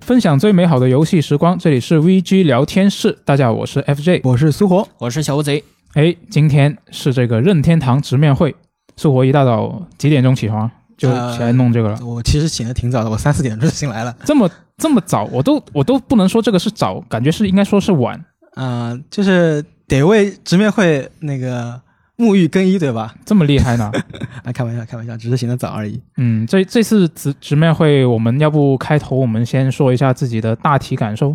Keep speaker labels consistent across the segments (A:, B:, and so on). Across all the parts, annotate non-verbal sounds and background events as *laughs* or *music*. A: 分享最美好的游戏时光，这里是 VG 聊天室。大家好，我是 FJ。
B: 我是苏活，
C: 我是小乌贼，
A: 哎，今天是这个任天堂直面会，是我一大早几点钟起床就起来弄这个了。
B: 我其实醒的挺早的，我三四点钟就醒来了。
A: 这么这么早，我都我都不能说这个是早，感觉是应该说是晚。
B: 嗯、就是得为直面会那个沐浴更衣，对吧？
A: 这么厉害呢？
B: 啊，开玩笑，开玩笑，只是醒的早而已。
A: 嗯，这这次直直面会，我们要不开头我们先说一下自己的大体感受。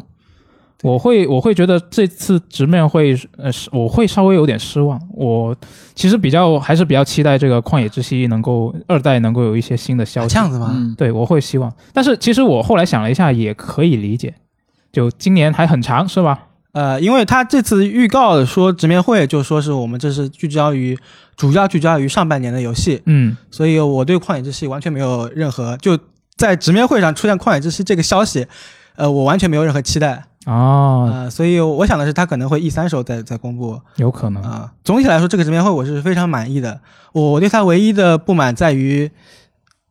A: 我会我会觉得这次直面会，呃，是我会稍微有点失望。我其实比较还是比较期待这个《旷野之息》能够二代能够有一些新的消
B: 啊
A: 息
B: 这。样子吗？
C: 嗯，
A: 对，我会希望。但是其实我后来想了一下，也可以理解。就今年还很长，是吧？
B: 呃，因为他这次预告说直面会，就说是我们这是聚焦于主要聚焦于上半年的游戏，
A: 嗯
B: 所以我对旷野之息完全没有任何就在直面会上出现旷野之息这个消息，呃，我完全没有任何期待
A: 哦，
B: 啊、所以我想的是他可能会 E 三时候再再公布。
A: 有可能。
B: 啊、总体来说，这个直面会我是非常满意的。我对它唯一的不满在于，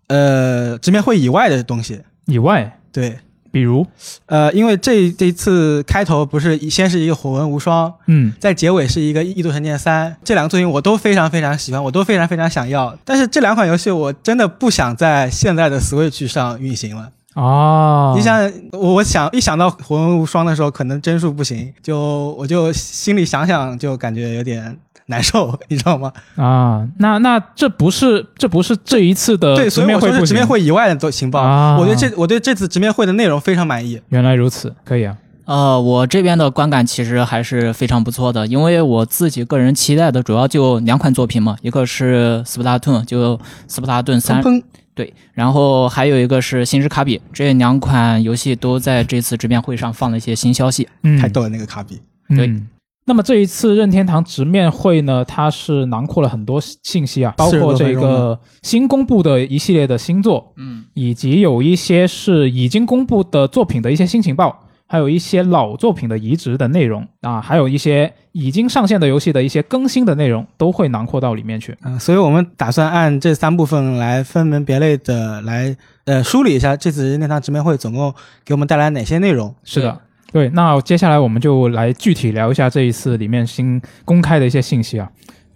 B: 呃，直面会以外的东西。
A: 以外，
B: 对，
A: 比如，
B: 呃，因为这这一次开头不是一先是一个《火纹无双》，
A: 嗯
B: 在结尾是一个《异度神剑三》，这两个作品我都非常非常喜欢，我都非常非常想要。但是这两款游戏我真的不想在现在的 Switch 上运行了。
A: 哦，
B: 你想，我我想一想到《火纹无双》的时候，可能帧数不行，就我就心里想想就感觉有点难受， *laughs* 你知道吗？
A: 啊，那那这不是这不是这一次的
B: 对，
A: 呃直
B: 所以
A: 面
B: 我
A: 会
B: 说
A: 不
B: 是直面
A: 行
B: 会以外的都情报。
A: 啊
B: 我对这我对这次直面会的内容非常满意。
A: 原来如此，可以啊，
C: 呃，我这边的观感其实还是非常不错的，因为我自己个人期待的主要就两款作品嘛，一个是《斯普拉顿》，就《斯普拉顿三
B: 砰》，砰，
C: 对，然后还有一个是《新之卡比》，这两款游戏都在这次直面会上放了一些新消息。
A: 嗯，
B: 太逗了那个卡比。
C: 对
A: 嗯那么这一次任天堂直面会呢，它是囊括了很多信息啊，包
B: 40
A: 括
B: 多
A: 这
B: 分钟
A: 个新公布的一系列的新作，
C: 嗯，
A: 以及有一些是已经公布的作品的一些新情报，还有一些老作品的移植的内容啊，还有一些已经上线的游戏的一些更新的内容都会囊括到里面去。
B: 嗯、所以我们打算按这三部分来分门别类的来呃梳理一下这次任天堂直面会总共给我们带来哪些内容。
A: 是的，对，那接下来我们就来具体聊一下这一次里面新公开的一些信息啊。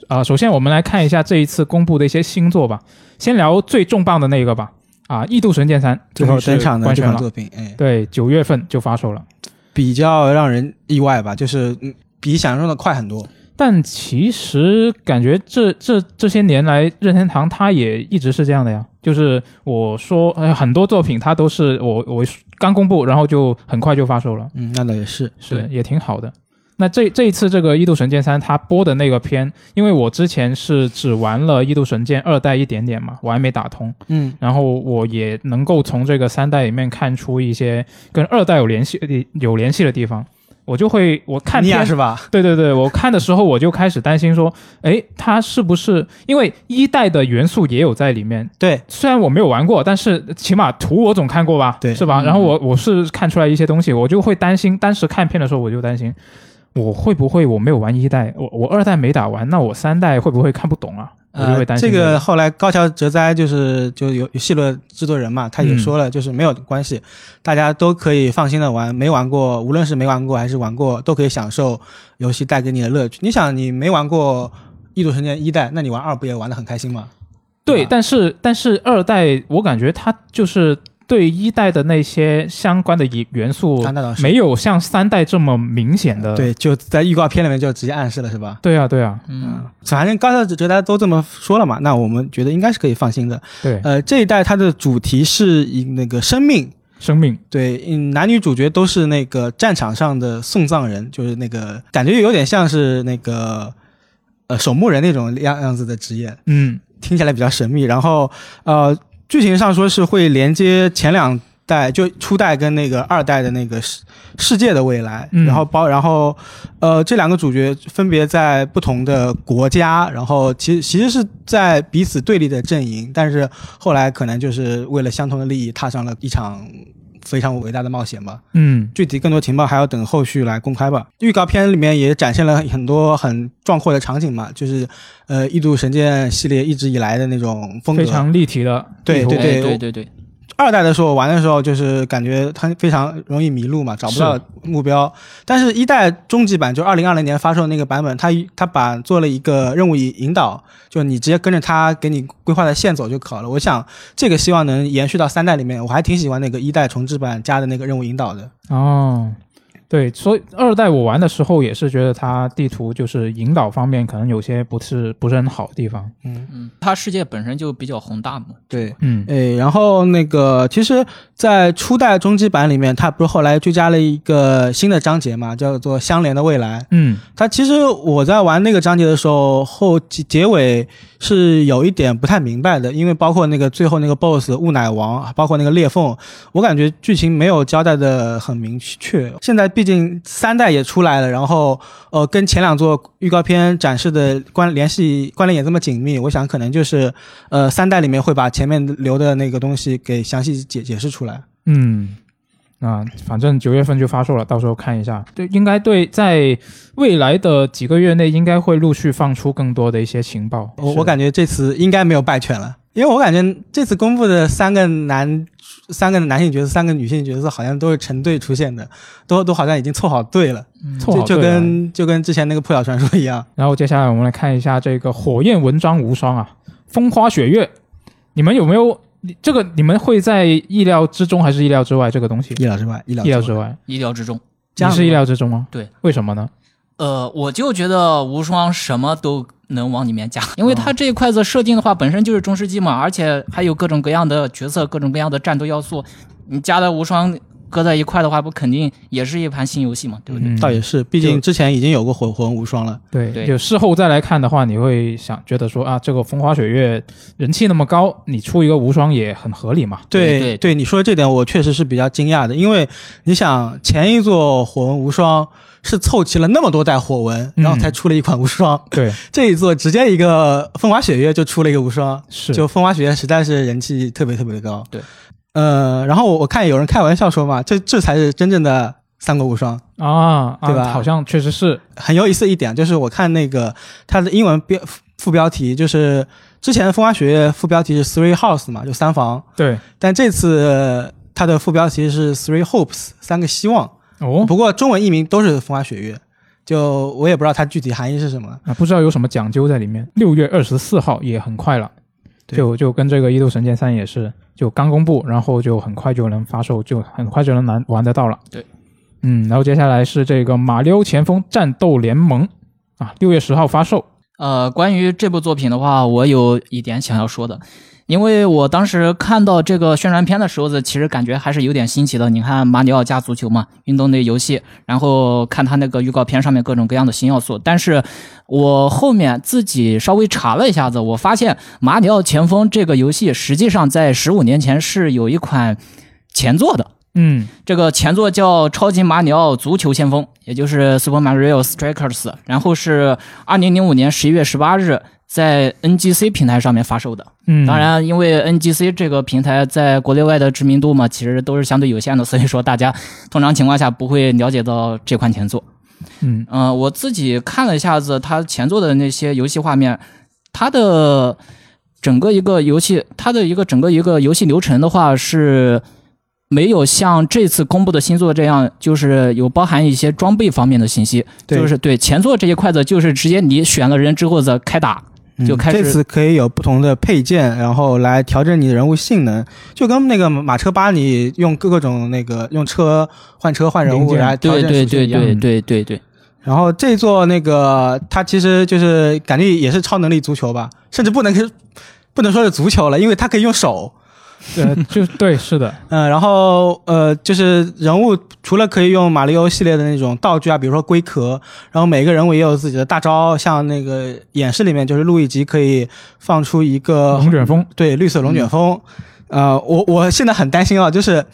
A: 啊、首先我们来看一下这一次公布的一些新作吧。先聊最重磅的那个吧，啊，《异度神剑三》
B: 最后登场的
A: 官
B: 这
A: 宣
B: 款
A: 了，
B: 作品，哎，
A: 对，九月份就发售了。
B: 比较让人意外吧，就是嗯比想象中的快很多。
A: 但其实感觉这这这些年来，任天堂它也一直是这样的呀。就是我说，呃，很多作品它都是我我刚公布，然后就很快就发售了。
B: 嗯，那倒也是，
A: 是也挺好的。那这这一次这个《异度神剑三》它播的那个片，因为我之前是只玩了《异度神剑》二代一点点嘛，我还没打通，
B: 嗯，
A: 然后我也能够从这个三代里面看出一些跟二代有联系的有联系的地方，我就会我看
B: 尼亚
A: 片
B: 是吧？
A: 对对对，我看的时候我就开始担心说，诶，它是不是因为一代的元素也有在里面？
B: 对，
A: 虽然我没有玩过，但是起码图我总看过吧，
B: 对
A: 是吧？
C: 嗯
A: 然后我我是看出来一些东西，我就会担心，当时看片的时候我就担心，我会不会我没有玩一代，我我二代没打完，那我三代会不会看不懂啊？我就
B: 呃
A: 会，担心
B: 这
A: 这
B: 个后来高桥哲哉就是就有有戏论制作人嘛，他也
A: 嗯
B: 说了，就是没有关系，大家都可以放心的玩，没玩过，无论是没玩过还是玩过，都可以享受游戏带给你的乐趣。你想，你没玩过《异度神剑》一代，那你玩二不也玩的很开心吗？
A: 对，
B: 啊
A: 但是但是二代我感觉它就是对一代的那些相关的元元素
B: 啊那倒是
A: 没有像三代这么明显的。
B: 对，就在预告片里面就直接暗示了，是吧？
A: 对啊对啊
C: 嗯，
B: 反正高桥哲哉都这么说了嘛，那我们觉得应该是可以放心的。
A: 对，
B: 呃，这一代它的主题是以那个生命
A: 生命
B: 对，嗯，男女主角都是那个战场上的送葬人，就是那个感觉有点像是那个呃守墓人那种样样子的职业，
A: 嗯
B: 听起来比较神秘。然后呃，剧情上说是会连接前两代，就初代跟那个二代的那个世世界的未来，
A: 嗯
B: 然后包然后呃这两个主角分别在不同的国家，然后其实其实是在彼此对立的阵营，但是后来可能就是为了相同的利益，踏上了一场。非常伟大的冒险吧，
A: 嗯
B: 具体更多情报还要等后续来公开吧。预告片里面也展现了很多很壮阔的场景嘛，就是呃《异度神剑》系列一直以来的那种风格。
A: 非常立体的地
B: 对
A: 图
B: 对
C: 哎对对对，
B: 二代的时候玩的时候，就是感觉它非常容易迷路嘛，找不到
A: 是
B: 目标。但是，一代终极版就二零二零年发售的那个版本，它它把做了一个任务引引导，就你直接跟着它给你规划的线走就可了。我想这个希望能延续到三代里面，我还挺喜欢那个一代重置版加的那个任务引导的。
A: 哦，对，所以二代我玩的时候也是觉得它地图就是引导方面可能有些不是不是很好的地方。
B: 嗯，
C: 嗯，它世界本身就比较宏大嘛。
B: 对。
A: 嗯，
B: 诶，然后那个，其实，在初代终极版里面，它不是后来追加了一个新的章节嘛，叫做“相连的未来”。
A: 嗯，
B: 它其实我在玩那个章节的时候，后结结尾是有一点不太明白的，因为包括那个最后那个 BOSS 雾奶王，包括那个裂缝，我感觉剧情没有交代的很明确。现在毕竟三代也出来了，然后呃，跟前两座预告片展示的关联系关联也这么紧密，我想可能就是呃三代里面会把前面留的那个东西给详细解解释出来。
A: 嗯，啊，反正九月份就发售了，到时候看一下。对，应该对，在未来的几个月内，应该会陆续放出更多的一些情报。
B: 我
A: 是的
B: 我感觉这次应该没有败犬了，因为我感觉这次公布的三个男三个男性角色、三个女性角色好像都是成对出现的，都都好像已经凑好队了，
C: 嗯
A: 凑好
B: 就就
A: 队了
B: 跟就跟之前那个破晓传说一
A: *laughs*
B: 样。
A: 然后接下来我们来看一下这个《火焰文章无双》啊，风花雪月，你们有没有你这个？你们会在意料之中还是意料之外？这个东西
B: 意料之外，意料
A: 意料
B: 之
A: 之
B: 外。
A: 外，
C: 意料之中。
B: 这
A: 你
B: 样
A: 是意料之中吗？
C: 对，
A: 为什么呢？
C: 呃，我就觉得无双什么都能往里面加，因为它这一块子设定的话，本身就是中世纪嘛，而且还有各种各样的角色、各种各样的战斗要素，你加的无双搁在一块的话，不肯定也是一盘新游戏嘛，对不对？
A: 嗯，
B: 倒也是，毕竟之前已经有过火魂无双了。
A: 对，
C: 对
A: 有事后再来看的话，你会想觉得说啊，这个风花雪月人气那么高，你出一个无双也很合
B: *laughs*
A: 理嘛？
B: 对
C: 对对
B: 你说的这点，我确实是比较惊讶的，因为你想前一座火纹无双是凑齐了那么多代火纹，然后才
A: 嗯
B: 出了一款无双， *laughs*
A: 对，
B: 这一座直接一个风花雪月就出了一个无双，
A: 是
B: 就风花雪月实在是人气特别特别的高。
C: 对，
B: 呃，然后我我看有人开玩笑说嘛，这这才是真正的三国无双。
A: 啊，啊
B: 对吧
A: 好像确实是，
B: 很有意思一点就是，我看那个它的英文标副标题就是之前的风花雪月副标题是 Three House 嘛，就三房，
A: 对，
B: 但这次呃它的副标题是 Three Hopes 三个希望，
A: 哦，
B: 不过中文译名都是风花雪月，就我也不知道它具体含义是什么。
A: 啊，不知道有什么讲究在里面。六月二十四号也很快了，
B: 对
A: 就就跟这个《一度神剑三》也是，就刚公布，然后就很快就能发售，就很快就能玩玩得到了。
C: 对，
A: 嗯，然后接下来是这个《马里奥前锋战斗联盟》啊，六月十号发售。
C: 呃，关于这部作品的话，我有一点想要说的，因为我当时看到这个宣传片的时候呢，其实感觉还是有点新奇的。你看马里奥加足球嘛，运动类游戏，然后看他那个预告片上面各种各样的新要素。但是我后面自己稍微查了一下子，我发现《马里奥前锋》这个游戏实际上在十五年前是有一款前作的。
A: 嗯，
C: 这个前作叫《超级马里奥足球先锋》，也就是 Super Mario Strikers，然后是二零零五年十一月十八日在 NGC 平台上面发售的。
A: 嗯，
C: 当然，因为 NGC 这个平台在国内外的知名度嘛，其实都是相对有限的，所以说大家通常情况下不会了解到这款前作。
A: 嗯，
C: 嗯、我自己看了一下子它前作的那些游戏画面，它的整个一个游戏，它的一个整个一个游戏流程的话是。没有像这次公布的新作这样，就是有包含一些装备方面的信息，
B: 对
C: 就是对前作这一块的，就是直接你选了人之后的开打，
B: 嗯
C: 就开始
B: 这次可以有不同的配件，然后来调整你的人物性能，就跟那个马车巴，你用各各种那个用车换车换人
A: 零
B: 物
A: 件
B: 来调
C: 对
B: 整
C: 对
B: 属性
C: 对
B: 一样
C: 对
A: 嗯
C: 对对对，
B: 然后这座那个它其实就是感觉也是超能力足球吧，甚至不能是不能说是足球了，因为它可以用手。
A: 呃，就对，是
B: *laughs*
A: 的，
B: 嗯，然后呃，就是人物除了可以用马里奥系列的那种道具啊，比如说龟壳，然后每个人物也有自己的大招，像那个演示里面就是路易吉可以放出一个
A: 龙卷风，
B: 对，绿色龙卷风。呃，我我现在很担心啊，就是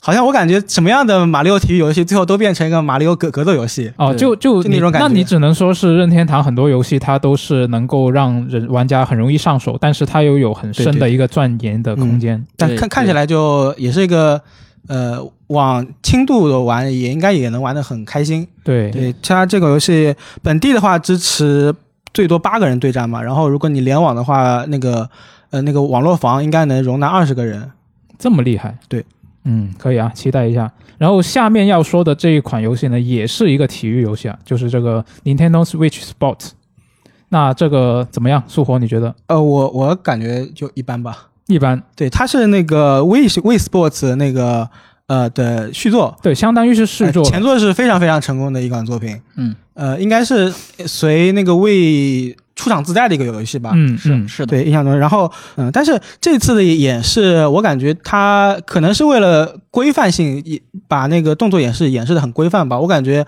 B: 好像我感觉什么样的马里奥体育游戏，最后都变成一个马里奥格格斗游戏。
A: 哦，
C: 对
A: 就就
B: 就那种感觉
A: 那你只能说是任天堂很多游戏它都是能够让人玩家很容易上手，但是它又有很
B: 对
A: 深
B: 对
A: 的一个钻研的空间。
B: 但
C: 对
B: 看
C: 对
B: 看起来就也是一个呃，往轻度的玩，也应该也能玩得很开心。
A: 对
B: 对，它这个游戏本地的话支持最多八个人对战嘛，然后如果你联网的话，那个呃那个网络房应该能容纳二十个人。
A: 这么厉害。
B: 对，
A: 嗯，可以啊，期待一下。然后下面要说的这一款游戏呢，也是一个体育游戏啊，就是这个 Nintendo Switch Sport。那这个怎么样，苏活？你觉得
B: 呃，我我感觉就一般吧。
A: 一般？
B: 对，它是那个 We We Sports 那个呃的续作，
A: 对，相当于是试作
B: 呃。前作是非常非常成功的一款作品。
C: 嗯，
B: 呃，应该是随那个 We 出厂自带的一个游戏吧。
A: 嗯，嗯
C: 是的，
B: 对，印象中，然后，嗯，但是这次的演示，我感觉它可能是为了规范性，也把那个动作演示演示的很规范吧。我感觉，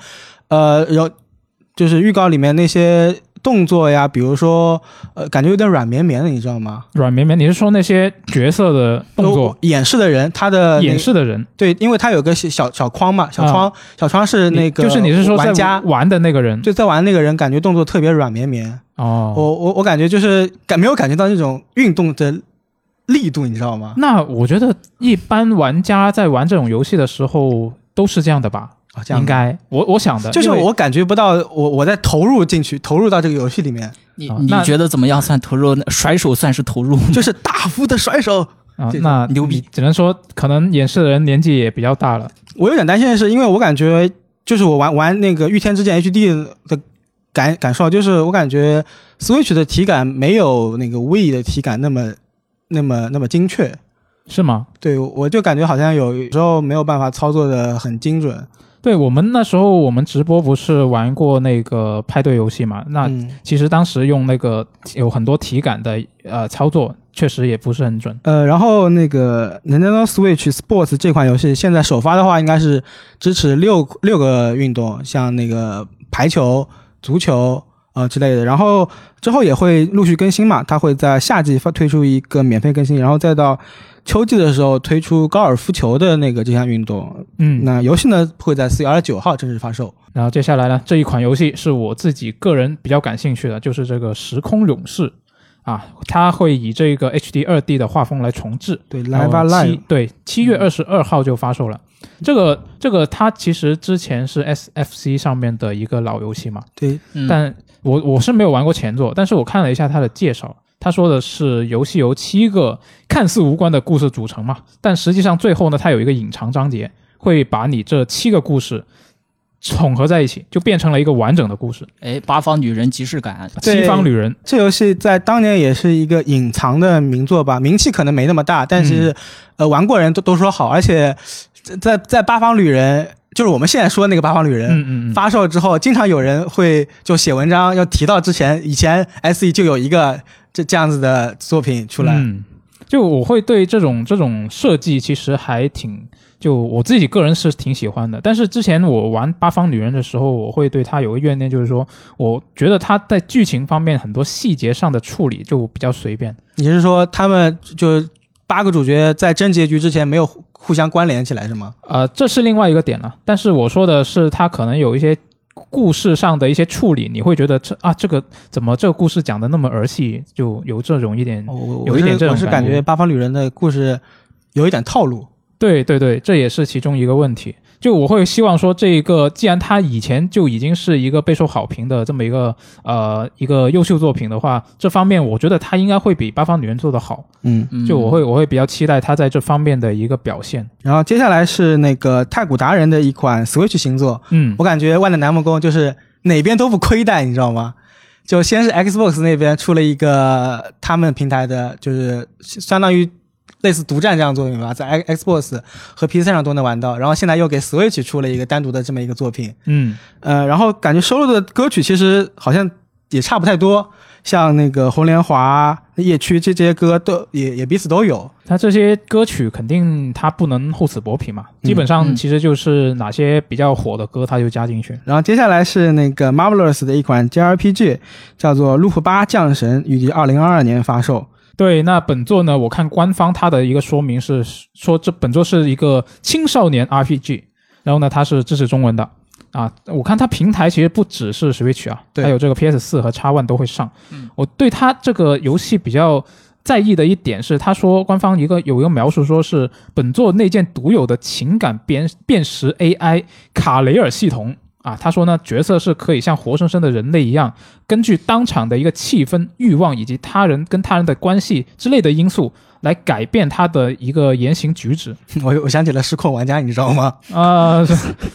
B: 呃，有就是预告里面那些动作呀，比如说，呃，感觉有点软绵绵的，你知道吗？
A: 软绵绵，你是说那些角色的动作、
B: 演示的人，他的呃那
A: 演示的人？
B: 对，因为他有个小小小框嘛，小窗、小窗是那个
A: 就是你是说在
B: 玩家。
A: 玩的那个人？
B: 就在玩那个人，感觉动作特别软绵绵，
A: 哦，
B: 我我我感觉就是感没有感觉到那种运动的力度，你知道吗？
A: 那我觉得一般玩家在玩这种游戏的时候都是这样的吧？
B: 啊，这
A: 哦
B: 样
A: 应
B: 的
A: 该，我我想的，
B: 就是
A: 因为
B: 我感觉不到我我在投入进去，投入到这个游戏
A: *laughs*
B: 里面，
C: 你
A: 啊
C: 你
A: 那
C: 觉得怎么样算投入呢？甩手算是投入吗？
B: 就是大幅的甩手。
A: 啊
B: 这，种
A: 那
C: 牛逼，
A: 只能说可能演示的人年纪也比较大了。
B: 我有点担心的是，因为我感觉就是我玩玩那个《御天之剑 HD》的感感受，就是我感觉 Switch 的体感没有那个 We 的体感那么那么那么精确。
A: 是吗？
B: 对，我就感觉好像有时候没有办法操作的很精准。
A: 对我们那时候我们直播不是玩过那个派对游戏嘛？那
B: 嗯
A: 其实当时用那个有很多体感的呃操作，确实也不是很准。
B: 呃，然后那个 Nintendo Switch Sports 这款游戏现在首发的话，应该是支持六六个运动，像那个排球、足球呃之类的。然后之后也会陆续更新嘛，它会在夏季发推出一个免费更新，然后再到秋季的时候推出高尔夫球的那个这项运动。
A: 嗯，
B: 那游戏呢会在四月二十九号正式发售。
A: 然后接下来呢，这一款游戏是我自己个人比较感兴趣的，就是这个《时空勇士》啊，它会以这个 HD 二 D 的画风来重置。
B: 对
A: 然
B: ，Live
A: 后
B: a l i
A: 哦七对七月二十二号就发售了。这个这个它其实之前是 SFC 上面的一个老游戏嘛，
B: 对，
C: 嗯，
A: 但我我是没有玩过前作，但是我看了一下它的介绍，他说的是游戏由七个看似无关的故事组成嘛，但实际上最后呢，它有一个隐藏章节，会把你这七个故事统合在一起，就变成了一个完整的故事。
C: 哎，八方女人即视感，
A: 西
B: 对
A: 方旅人，
B: 这游戏在当年也是一个隐藏的名作吧，名气可能没那么大，但
A: 嗯
B: 是、呃，玩过人都都说好，而且在在在八方旅人，就是我们现在说那个八方旅人。
A: 嗯嗯嗯，
B: 发售之后，经常有人会就写文章，要提到之前以前 S E 就有一个这这样子的作品出来，
A: 嗯，就我会对这种这种设计其实还挺，就我自己个人是挺喜欢的。但是之前我玩《八方女人》的时候，我会对它有个怨念，就是说，我觉得它在剧情方面很多细节上的处理就比较随便。
B: 你是说他们就八个主角在真结局之前没有互互相关联起来是吗？
A: 呃，这是另外一个点了。但是我说的是，它可能有一些。故事上的一些处理，你会觉得这啊，这个怎么这个故事讲的那么儿戏，就有这种一点
B: 我我
A: 哦有一点这种
B: 我是
A: 感
B: 感
A: 觉
B: 觉八方旅人的故事有一点套路，
A: 对对对，这也是其中一个问题。就我会希望说，这一个既然它以前就已经是一个备受好评的这么一个呃一个优秀作品的话，这方面我觉得它应该会比《八方女人》做得好。
B: 嗯，
C: 嗯
A: 就我会我会比较期待它在这方面的一个表现。
B: 然后接下来是那个太古达人的一款 Switch 新作，
A: 嗯，
B: 我感觉万代南梦宫就是哪边都不亏待，你知道吗？就先是 Xbox 那边出了一个他们平台的，就是相当于类似独占这样的作品吧，在 X- Xbox 和 PC 上都能玩到。然后现在又给 Switch 出了一个单独的这么一个作品，
A: 嗯，
B: 呃，然后感觉收录的歌曲其实好像也差不太多，像那个《红莲华》《夜曲》这这些歌都也也彼此都有。
A: 它这些歌曲肯定它不能厚此薄彼嘛，基本上
C: 嗯
A: 其实就是哪些比较火的歌它就加进去。
B: 然后接下来是那个 Marvelous 的一款 JRPG，叫做《路虎八降神》，预计二零二二年发售。
A: 对，那本作呢，我看官方它的一个说明是说，这本作是一个青少年 RPG，然后呢，它是支持中文的啊。我看它平台其实不只是 Switch 啊，
B: 对
A: 还有这个 PS 四和 X One 都会上。
C: 嗯
A: 我对它这个游戏比较在意的一点是，他说官方一个有一个描述，说是本作内建独有的情感辨辨识 AI 卡雷尔系统。啊，他说呢，角色是可以像活生生的人类一样，根据当场的一个气氛、欲望以及他人跟他人的关系之类的因素来改变他的一个言行举止。
B: *laughs* 我我想起了失控玩家，你知道吗？
A: 啊，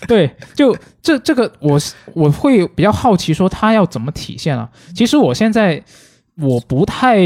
A: 对，就这这个我是我会比较好奇，说他要怎么体现啊？其实我现在我不太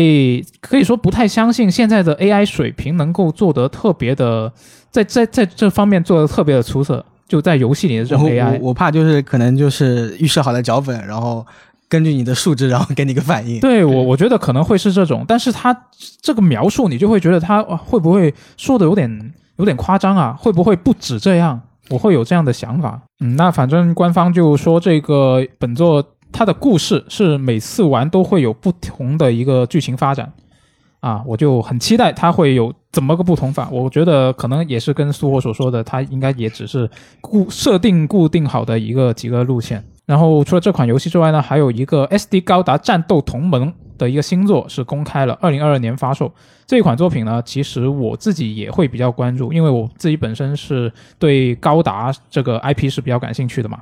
A: 可以说不太相信现在的 AI 水平能够做得特别的，在在在这方面做得特别的出色，就在游戏里的这
B: 然后
A: 种
B: 哦我
A: AI。
B: 我怕就是可能就是预设好的脚本，然后根据你的数值，然后给你个反应。
A: 对我，我觉得可能会是这种，但是他这个描述，你就会觉得他哇会不会说的有点有点夸张啊？会不会不止这样？我会有这样的想法。嗯，那反正官方就说这个本作它的故事是每次玩都会有不同的一个剧情发展啊，我就很期待它会有怎么个不同法。我觉得可能也是跟苏火所说的，它应该也只是固设定固定好的一个几个路线。然后除了这款游戏之外呢，还有一个 SD 高达战斗同盟的一个新作是公开了，二零二二年发售。这款作品呢，其实我自己也会比较关注，因为我自己本身是对高达这个 IP 是比较感兴趣的嘛。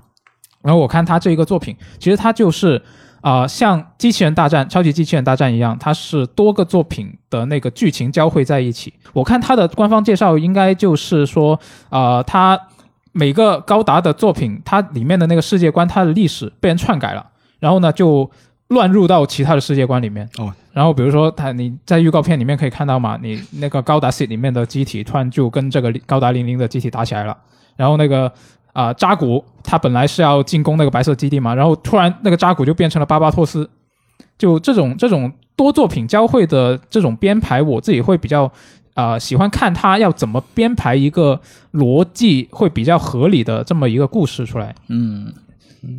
A: 然后我看他这个作品，其实它就是啊、呃像《机器人大战》《超级机器人大战》一样，它是多个作品的那个剧情交汇在一起。我看它的官方介绍，应该就是说，啊，它每个高达的作品，它里面的那个世界观，它的历史被人篡改了，然后呢就乱入到其他的世界观里面。
B: 哦，
A: 然后比如说它你在预告片里面可以看到嘛，你那个高达 C 里面的机体突然就跟这个高达零零的机体打起来了，然后那个。啊、扎古他本来是要进攻那个白色基地嘛，然后突然那个扎古就变成了巴巴托斯，就这种这种多作品交汇的这种编排，我自己会比较啊、喜欢看他要怎么编排一个逻辑会比较合理的这么一个故事出来。
C: 嗯，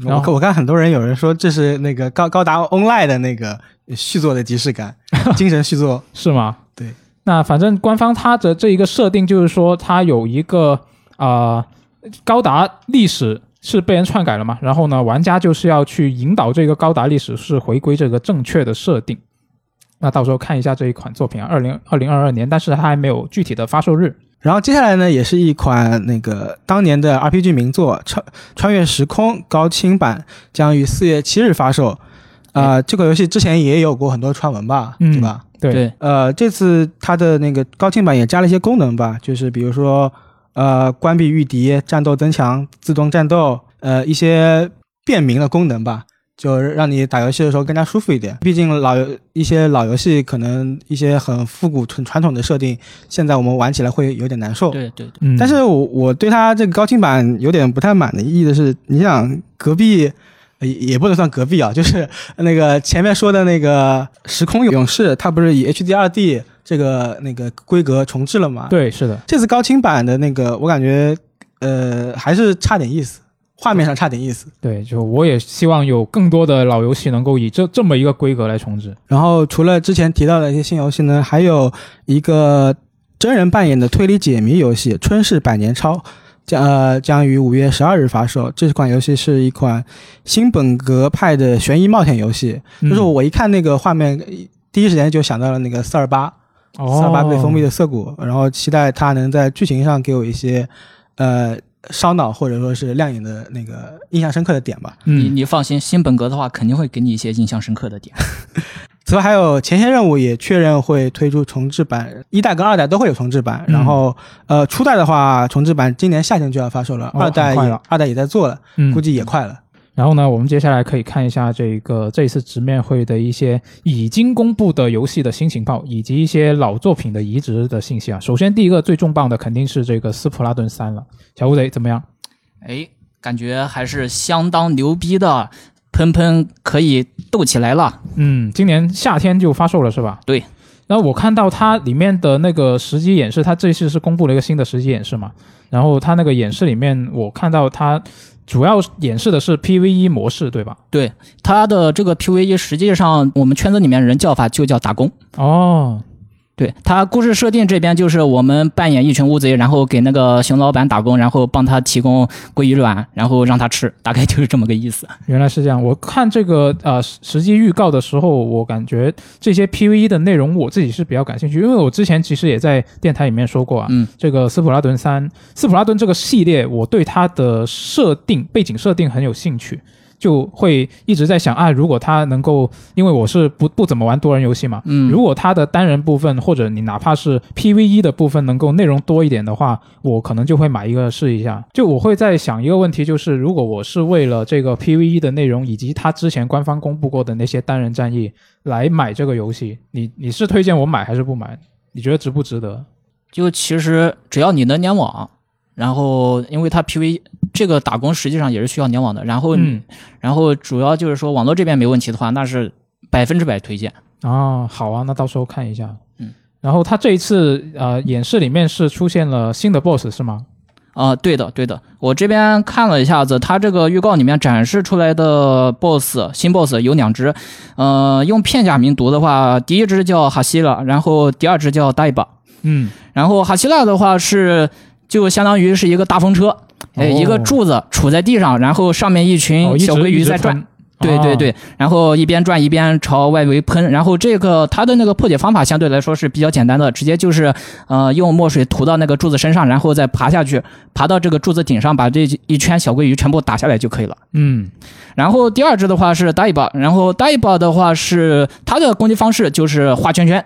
A: 然后
B: 我看我看很多人有人说这是那个高高达 online 的那个续作的即视 *laughs* 感，精神续作。
A: 是吗？
B: 对。
A: 那反正官方它的这一个设定就是说，它有一个啊、呃高达历史是被人篡改了嘛，然后呢，玩家就是要去引导这个高达历史是回归这个正确的设定。那到时候看一下这一款作品啊，二零二零二二年，但是它还没有具体的发售日。
B: 然后接下来呢，也是一款那个当年的 RPG 名作《穿穿越时空》高清版，将于四月七日发售。呃，这款游戏之前也有过很多传闻吧，
A: 嗯
B: 对吧？
A: 对，
C: 对，
B: 呃，这次它的那个高清版也加了一些功能吧，就是比如说呃关闭御敌、战斗增强、自动战斗，呃一些便民的功能吧，就让你打游戏的时候更加舒服一点。毕竟老游一些老游戏可能一些很复古、很传统的设定，现在我们玩起来会有点难受。
C: 对对对，
A: 嗯，
B: 但是我我对它这个高清版有点不太满的意义的是，你想隔壁。呃也也不能算隔壁啊，就是那个前面说的那个《时空勇士》，它不是以 HD 二 D 这个那个规格重置了嘛？，
A: 对，是的，
B: 这次高清版的那个，我感觉呃还是差点意思，画面上差点意思。
A: 对，就我也希望有更多的老游戏能够以这这么一个规格来重置。
B: 然后除了之前提到的一些新游戏呢，还有一个真人扮演的推理解谜游戏《春逝百年超》。将呃将于五月十二日发售。这款游戏是一款新本格派的悬疑冒险游戏，
A: 嗯
B: 就是我一看那个画面，第一时间就想到了那个四二八，
A: 哦
B: 四二八被封闭的涩谷，然后期待它能在剧情上给我一些呃烧脑或者说是亮眼的那个印象深刻的点吧。
C: 你
A: 嗯，
C: 你放心，新本格的话肯定会给你一些印象深刻的点。
B: 此外，还有前线任务也确认会推出重置版，一代跟二代都会有重置版。
A: 嗯
B: 然后，呃，初代的话，重置版今年夏天就要发售了，
A: 哦
B: 二代
A: 很快
B: 也
A: 了
B: 二代也在做了，
A: 嗯
B: 估计也快了。
A: 然后呢，我们接下来可以看一下这个这一次直面会的一些已经公布的游戏的新情报，以及一些老作品的移植的信息啊。首先，第一个最重磅的肯定是这个《斯普拉顿三》了。小乌贼怎么样？
C: 哎，感觉还是相当牛逼的，喷喷可以斗起来了。
A: 嗯，今年夏天就发售了是吧？
C: 对。
A: 然后我看到它里面的那个实机演示，它这次是公布了一个新的实机演示嘛？然后它那个演示里面，我看到它主要演示的是 PVE 模式，对吧？
C: 对它的这个 PVE，实际上我们圈子里面人叫法就叫打工。
A: 哦，
C: 对他故事设定这边就是我们扮演一群乌贼，然后给那个熊老板打工，然后帮他提供鲑鱼卵，然后让他吃，大概就是这么个意思。
A: 原来是这样。我看这个呃实实际预告的时候，我感觉这些 PVE 的内容我自己是比较感兴趣，因为我之前其实也在电台里面说过啊，
C: 嗯，
A: 这个斯普拉顿三、斯普拉顿这个系列，我对它的设定、背景设定很有兴趣。就会一直在想啊，如果它能够，因为我是不不怎么玩多人游戏嘛，
C: 嗯
A: 如果它的单人部分或者你哪怕是 PVE 的部分能够内容多一点的话，我可能就会买一个试一下。就我会在想一个问题，就是如果我是为了这个 PVE 的内容以及它之前官方公布过的那些单人战役来买这个游戏，你你是推荐我买还是不买？你觉得值不值得？
C: 就其实只要你能联网，然后因为它 PV 这个打工实际上也是需要联网的，然后、
A: 嗯
C: 然后主要就是说网络这边没问题的话，那是百分之百推荐。
A: 啊，好啊，那到时候看一下。
C: 嗯，
A: 然后他这一次呃演示里面是出现了新的 BOSS 是吗？
C: 啊、对的，对的，我这边看了一下子，它这个预告里面展示出来的 BOSS 新 BOSS 有两只，呃，用片假名读的话，第一只叫哈希拉，然后第二只叫大一巴。
A: 嗯，
C: 然后哈希拉的话是就相当于是一个大风车，哎，
A: 哦
C: 一个柱子杵在地上，然后上面一
A: 哦，
C: 群
A: 一
C: 小
A: 直
C: 鲑
A: 一
C: 鱼
A: 直
C: 在转。
A: 传
C: 对对，
A: 啊
C: 对，然后一边转一边朝外围喷，然后这个它的那个破解方法相对来说是比较简单的，直接就是呃用墨水涂到那个柱子身上，然后再爬下去，爬到这个柱子顶上，把这一圈小鲑鱼全部打下来就可以了。
A: 嗯
C: 然后第二只的话是 d i b a 然后 d i b a 的话是它的攻击方式就是画圈圈，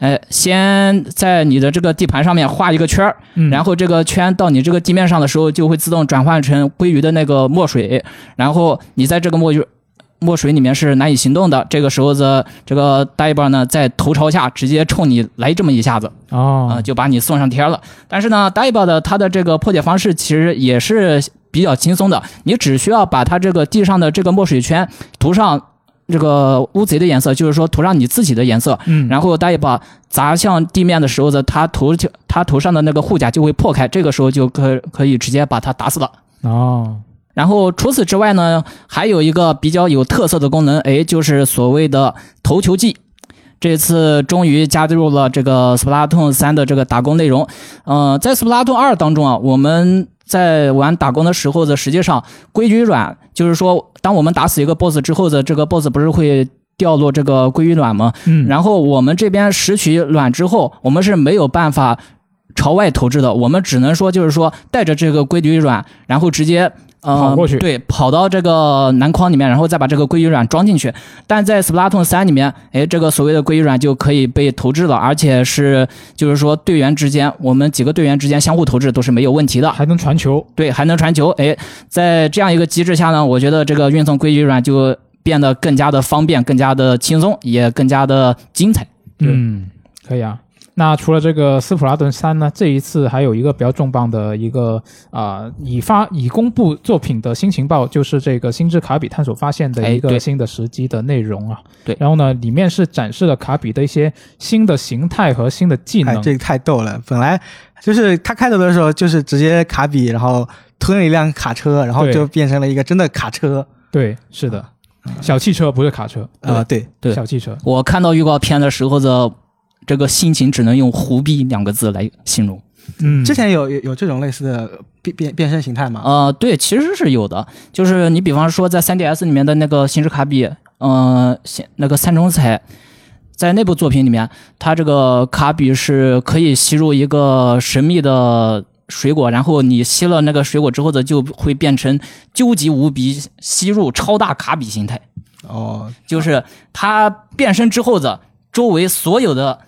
C: 哎，先在你的这个地盘上面画一个圈儿，
A: 嗯，
C: 然后这个圈到你这个地面上的时候，就会自动转换成鲑鱼的那个墨水，然后你在这个墨鱼墨水里面是难以行动的。这个时候的这个 d i b e r 呢，在头朝下直接冲你来这么一下子啊、
A: 哦
C: 呃，就把你送上天了。但是呢 d i b e r 的它的这个破解方式其实也是比较轻松的，你只需要把它这个地上的这个墨水圈涂上这个乌贼的颜色，就是说涂上你自己的颜色，
A: 嗯，
C: 然后大一把砸向地面的时候呢，他头就他头上的那个护甲就会破开，这个时候就可可以直接把他打死了。
A: 哦
C: 然后除此之外呢，还有一个比较有特色的功能，哎，就是所谓的投球技。这次终于加入了这个 Splatoon 三的这个打工内容。呃，在 Splatoon 二当中啊，我们在玩打工的时候呢，实际上规矩软就是说，当我们打死一个 BOSS 之后的这个 BOSS 不是会掉落这个归于卵吗？
A: 嗯，
C: 然后我们这边拾取卵之后，我们是没有办法朝外投掷的，我们只能说就是说带着这个鲑鱼卵，然后直接。呃、
A: 跑过去
C: 对，跑到这个篮筐里面，然后再把这个鲑鱼卵装进去。但在 Splatoon 三里面，哎，这个所谓的鲑鱼卵就可以被投掷了，而且是就是说队员之间，我们几个队员之间相互投掷都是没有问题的。
A: 嗯还能传球，
C: 对，还能传球。哎，在这样一个机制下呢，我觉得这个运送鲑鱼软就变得更加的方便、更加的轻松，也更加的精彩。对
A: 嗯，可以啊。那除了这个斯普拉顿三呢，这一次还有一个比较重磅的一个啊、已发已公布作品的新情报，就是这个星之卡比探索发现的
C: 哎
A: 一个
C: 对
A: 新的时机的内容啊。
C: 对
A: 然后呢，里面是展示了卡比的一些新的形态和新的技
B: 哎
A: 能，，
B: 这个太逗了！本来就是他开头的时候，就是直接卡比，然后吞了一辆卡车，然后
A: 对
B: 就变成了一个真的卡车
A: 对，是的，小汽车不是卡车，
B: 啊、对，
C: 对
A: 小汽车。
C: 我看到预告片的时候的这个心情，只能用“胡逼”两个字来形容。
A: 嗯，啊
B: 之前有有有这种类似的变变变身形态吗？
C: 呃，对，其实是有的，就是你比方说在 3DS 里面的那个《星之卡比》，呃，新那个三重彩。在那部作品里面，它这个卡比是可以吸入一个神秘的水果，然后你吸了那个水果之后的，就会变成究极无比吸入超大卡比形态，
B: 哦，
C: 就是它变身之后的周围所有的，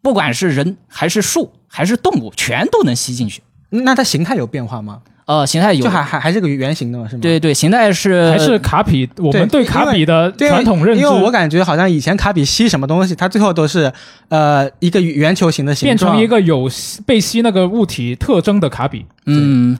C: 不管是人还是树还是动物，全都能吸进去。
B: 那它形态有变化吗？
C: 呃，形态有
B: 就，还还还是个圆形的嘛，是吗？
C: 对对，形态是
A: 还是卡比，我们
B: 呃
A: 对
B: 对
A: 卡比的
B: 对。
A: 传统认知
B: 因为我感觉好像以前卡比吸什么东西，它最后都是呃一个圆球形的形
A: 变
B: 状，
A: 成一个有吸被吸那个物体特征的卡比。
C: 嗯，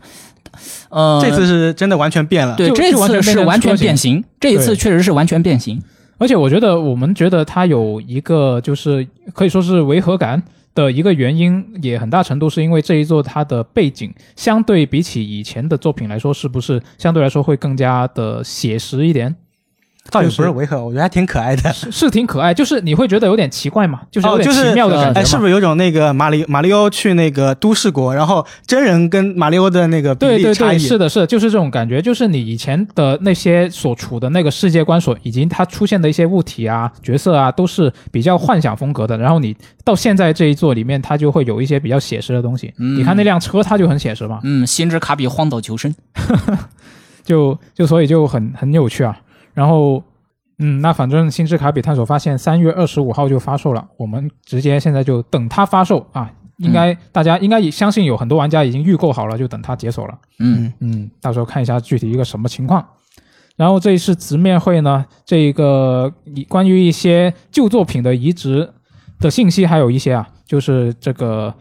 C: 呃，
B: 这次是真的完全变了。
C: 对
A: 就
C: 这
A: 就完
C: 次
A: 全
C: 是
A: 变成
C: 完全
A: 车型
C: 变形，这一次
A: 对
C: 确实是完全变形。
A: 而且我觉得我们觉得它有一个就是可以说是违和感的一个原因，也很大程度是因为这一座它的背景相对比起以前的作品来说，是不是相对来说会更加的写实一点？
B: 倒也
A: 就是
B: 不是违和，我觉得还挺可爱的。
A: 是是挺可爱，就是你会觉得有点奇怪嘛，就是有
B: 哦
A: 点
B: 就是
A: 奇妙的感觉嘛。
B: 哎，是不是有种那个马里马里欧去那个都市国，然后真人跟马里欧的那个比
A: 对
B: 例
A: 对
B: 差
A: 对，
B: 异？
A: 是的，是的就是这种感觉，就是你以前的那些所处的那个世界观所，以及它出现的一些物体啊、角色啊，都是比较幻想风格的。然后你到现在这一座里面，它就会有一些比较写实的东西。
C: 嗯
A: 你看那辆车，它就很写实嘛，
C: 嗯，心之卡比荒岛求生，
A: 就就所以就很很有趣啊。然后，嗯，那反正《星之卡比探索》发现三月二十五号就发售了，我们直接现在就等它发售啊。
B: 嗯
A: 应该大家应该也相信有很多玩家已经预购好了，就等它解锁了。
C: 嗯
A: 嗯，到时候看一下具体一个什么情况。然后这一次直面会呢，这一个以关于一些旧作品的移植的信息，还有一些啊，就是这个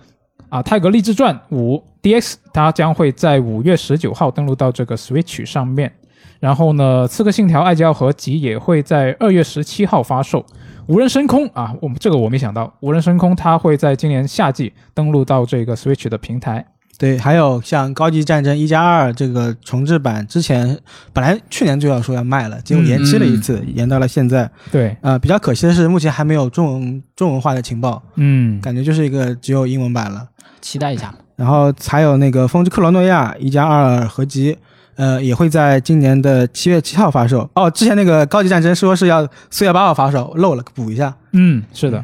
A: 啊《泰格励志传五 DX》，它将会在五月十九号登陆到这个 Switch 上面。然后呢，《刺客信条：爱交合集》也会在二月十七号发售。无人深空啊，我们这个我没想到，无人深空它会在今年夏季登陆到这个 Switch 的平台。
B: 对，还有像《高级战争一加二》这个重置版，之前本来去年就要说要卖了，结果延期了一
A: 嗯
B: 次，延到了现在。
A: 对，
B: 呃，比较可惜的是，目前还没有中文中文化的情报，
A: 嗯，
B: 感觉就是一个只有英文版了。
C: 期待一下。
B: 然后还有那个《风之克罗诺亚》一加二合集，呃，也会在今年的七月七号发售。哦，之前那个《高级战争》说是要四月八号发售，漏了，补一下。
A: 嗯，是的，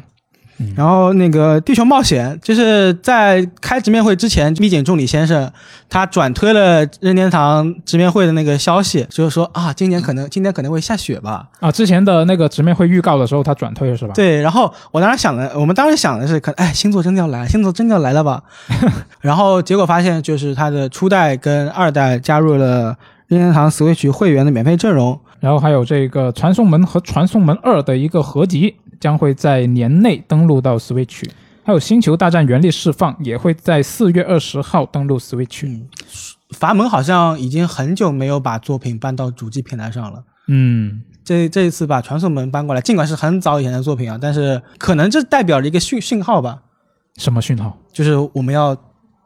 B: 然后那个《地球冒险》，就是在开直面会之前，密井重里先生他转推了任天堂直面会的那个消息，就是说啊，今年可能今年可能会下雪吧。
A: 啊，之前的那个直面会预告的时候，他转推了是吧？，
B: 对，然后我当时想的，我们当时想的是，可哎，星座真的要来，星座真的要来了吧？然后结果发现，就是它的初代跟二代加入了任天堂 Switch 会员的免费阵容，
A: 然后还有这个《传送门》和《传送门二》的一个合集，将会在年内登陆到 Switch。还有《星球大战：原力释放》也会在四月二十号登陆 Switch。
B: 阀门好像已经很久没有把作品搬到主机平台上了。
A: 嗯，
B: 这这一次把《传送门》搬过来，尽管是很早以前的作品啊，但是可能这代表着一个讯讯号吧，
A: 什么讯号？
B: 就是我们要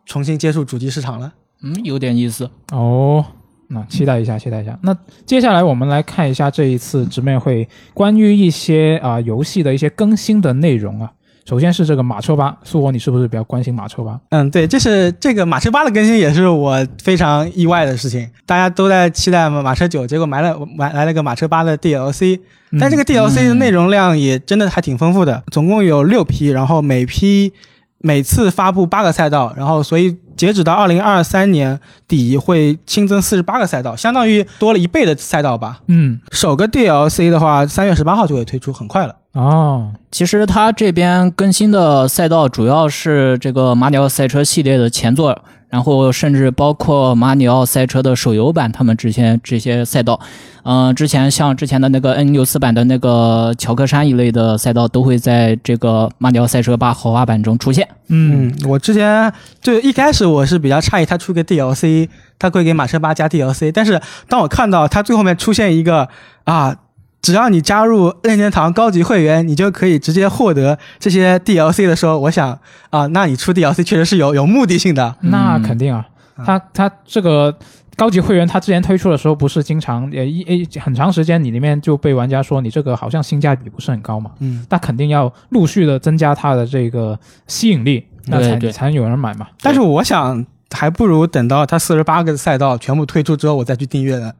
B: 重新接触主机市场了。
C: 嗯，有点意思。
A: 哦，那期待一下，期待一下。那接下来我们来看一下这一次直面会关于一些啊、游戏的一些更新的内容啊。首先是这个马车吧，苏博，你是不是比较关心马车吧？
B: 嗯，对，这是这个马车八的更新也是我非常意外的事情，大家都在期待马车九，结果买了买来了个马车八的 DLC，但这个 DLC 的内容量也真的还挺丰富的，总共有六批，然后每批每次发布八个赛道，然后所以截止到二零二三年底会新增四十八个赛道，相当于多了一倍的赛道吧。
A: 嗯，
B: 首个 DLC 的话，三月十八号就会推出，很快了。
A: 哦，
C: 其实它这边更新的赛道主要是这个马里奥赛车系列的前作，然后甚至包括马里奥赛车的手游版，他们之前这些赛道，嗯、之前像之前的那个 N 六四版的那个乔克山一类的赛道，都会在这个马里奥赛车八豪华版中出现。
A: 嗯，
B: 嗯，我之前就一开始我是比较诧异，他出个 DLC，他会给马车八加 DLC，但是当我看到他最后面出现一个啊，只要你加入任天堂高级会员，你就可以直接获得这些 DLC 的时候，我想啊，那你出 DLC 确实是有有目的性的。
A: 那
C: 嗯
A: 肯定啊，
B: 啊
A: 他他这个高级会员，他之前推出的时候不是经常也一诶很长时间，你里面就被玩家说你这个好像性价比不是很高嘛，
B: 嗯，
A: 那肯定要陆续的增加它的这个吸引力，那才
C: 对对
A: 才有人买嘛。
B: 但是我想还不如等到他四十八个赛道全部推出之后，我再去订阅呢，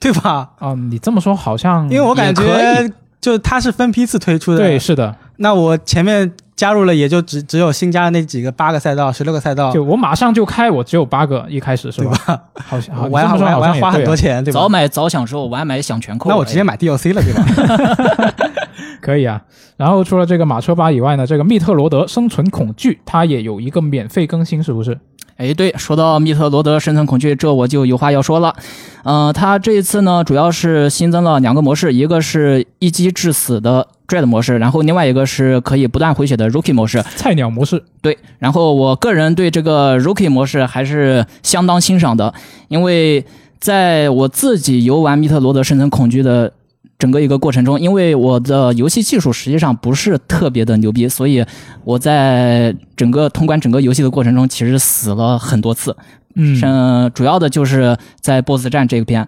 B: 对吧？
A: 啊、你这么说好像
B: 因为我感
C: 嗯也可
B: 觉就它是分批次推出的，
A: 对，是的，
B: 那我前面加入了，也就只只有新加的那几个八个赛道、十六个赛道，
A: 就我马上就开，我只有八个，一开始是
B: 啊
A: 吧？
B: 对吧？
A: 好像好
B: 我还
A: 你这么说
B: 我还
A: 好
B: 我
A: 像
B: 还
A: 也
B: 花很
A: 对啊
B: 多钱，对吧
C: 早？买早享受，晚买享全扣。哎
B: 那我直接买 DLC 了，对
C: *laughs*
B: 吧？
A: 可以啊。然后除了这个马车吧以外呢，这个密特罗德生存恐惧它也有一个免费更新，是不是？
C: 哎，对，说到密特罗德生存恐惧，这我就有话要说了。嗯、它这一次呢，主要是新增了两个模式，一个是一击致死的 Dread 模式，然后另外一个是可以不断回血的 Rookie 模式。
A: 菜鸟模式，
C: 对，然后我个人对这个 Rookie 模式还是相当欣赏的，因为在我自己游玩《密特罗德：生存恐惧》的整个一个过程中，因为我的游戏技术实际上不是特别的牛逼，所以我在整个通关整个游戏的过程中，其实死了很多次。
A: 嗯，
C: 嗯，主要的就是在 BOSS 战这边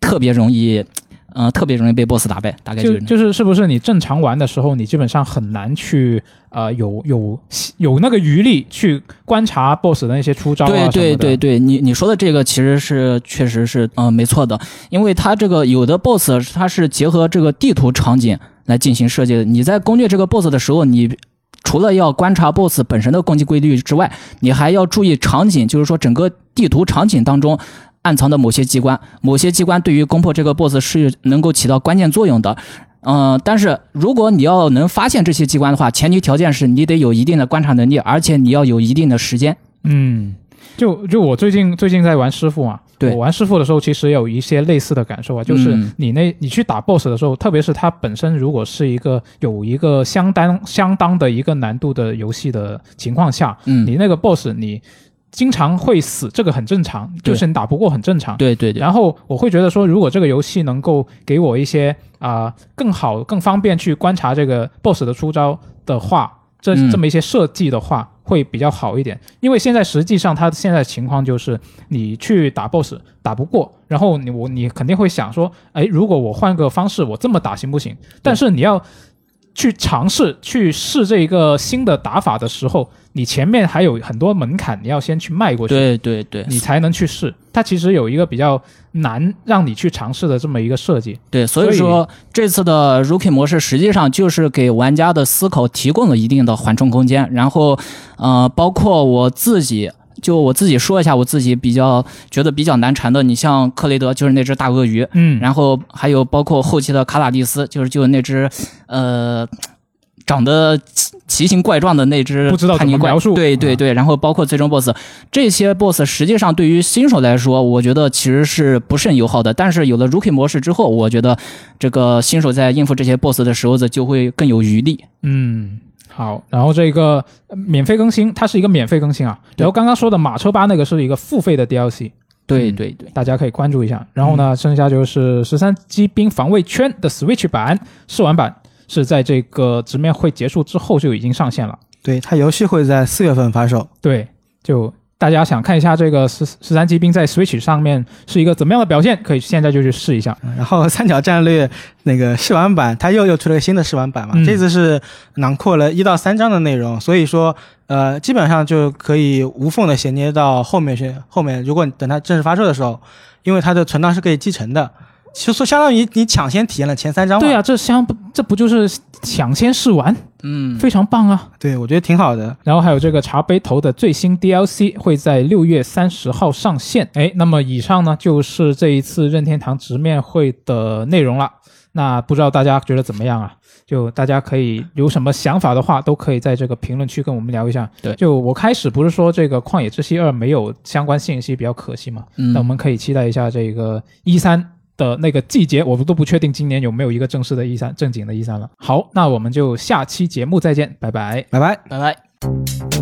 C: 特别容易。呃，特别容易被 BOSS 打败，大概就
A: 就是就是是不是你正常玩的时候，你基本上很难去呃有有有那个余力去观察 BOSS 的那些出招啊
C: 对
A: 什
C: 对
A: 么的
C: 对对，你你说的这个其实是确实是嗯、呃没错的，因为它这个有的 BOSS 它是结合这个地图场景来进行设计的。你在攻略这个 BOSS 的时候，你除了要观察 BOSS 本身的攻击规律之外，你还要注意场景，就是说整个地图场景当中。暗藏的某些机关，某些机关对于攻破这个 BOSS 是能够起到关键作用的，嗯、但是如果你要能发现这些机关的话，前提条件是你得有一定的观察能力，而且你要有一定的时间。
A: 嗯，就就我最近最近在玩师傅嘛，
C: 对
A: 我玩师傅的时候，其实有一些类似的感受啊，就是
C: 嗯
A: 你那你去打 BOSS 的时候，特别是它本身如果是一个有一个相当相当的一个难度的游戏的情况下，
C: 嗯，
A: 你那个 BOSS 你经常会死，这个很正常，
C: 对
A: 就是你打不过很正常。
C: 对对对，
A: 然后我会觉得说，如果这个游戏能够给我一些啊、更好、更方便去观察这个 BOSS 的出招的话，这
C: 嗯
A: 这么一些设计的话，会比较好一点。因为现在实际上它现在的情况就是，你去打 BOSS 打不过，然后你我你肯定会想说，哎，如果我换个方式，我这么打行不行？但是你要。去尝试去试这一个新的打法的时候，你前面还有很多门槛，你要先去迈过去。
C: 对对对
A: 你才能去试。它其实有一个比较难让你去尝试的这么一个设计。
C: 对，所以
A: 所以
C: 说这次的 Rookie 模式实际上就是给玩家的思考提供了一定的缓冲空间。然后，呃，包括我自己，就我自己说一下我自己比较觉得比较难缠的，你像克雷德就是那只大鳄鱼，
A: 嗯
C: 然后还有包括后期的卡塔蒂斯，就是就那只呃长得奇奇形怪状的那只
A: 不知道怎
C: 叛
A: 么
C: 逆怪
A: 描述嗯
C: 对对对，然后包括最终 BOSS 这些 BOSS，实际上对于新手来说，我觉得其实是不甚友好的。但是有了 Rookie 模式之后，我觉得这个新手在应付这些 BOSS 的时候，就会更有余力。
A: 嗯，好。然后这个呃免费更新，它是一个免费更新啊。
C: 对
A: 然后刚刚说的马车吧那个是一个付费的 DLC，
C: 对
A: 嗯
C: 对嗯对，
A: 大家可以关注一下。然后呢，剩下就是十三机兵防卫圈的 Switch 版试玩版。是在这个直面会结束之后就已经上线了。
B: 对，它游戏会在四月份发售。
A: 对，就大家想看一下这个十十三机兵在 Switch 上面是一个怎么样的表现，可以现在就去试一下。
B: 然后三角战略那个试玩版，它又又出了个新的试玩版嘛，
A: 嗯
B: 这次是囊括了一到三章的内容，所以说呃，基本上就可以无缝的衔接到后面去。后面如果你等它正式发售的时候，因为它的存档是可以继承的，其实说相当于你抢先体验了前三章嘛。
A: 对啊，这相这不就是抢先试玩，
C: 嗯，
A: 非常棒啊！
B: 对，我觉得挺好的。
A: 然后还有这个茶杯头的最新 DLC 会在六月三十号上线。哎，那么以上呢就是这一次任天堂直面会的内容了。那不知道大家觉得怎么样啊？就大家可以有什么想法的话，都可以在这个评论区跟我们聊一下。
C: 对
A: 就我开始不是说这个《旷野之息二》没有相关信息比较可惜嘛？
C: 嗯
A: 那我们可以期待一下这个一三的那个季节，我们都不确定今年有没有一个正式的一 E 三正经的一三了。好，那我们就下期节目再见，拜拜。
B: 拜拜。
C: 拜拜。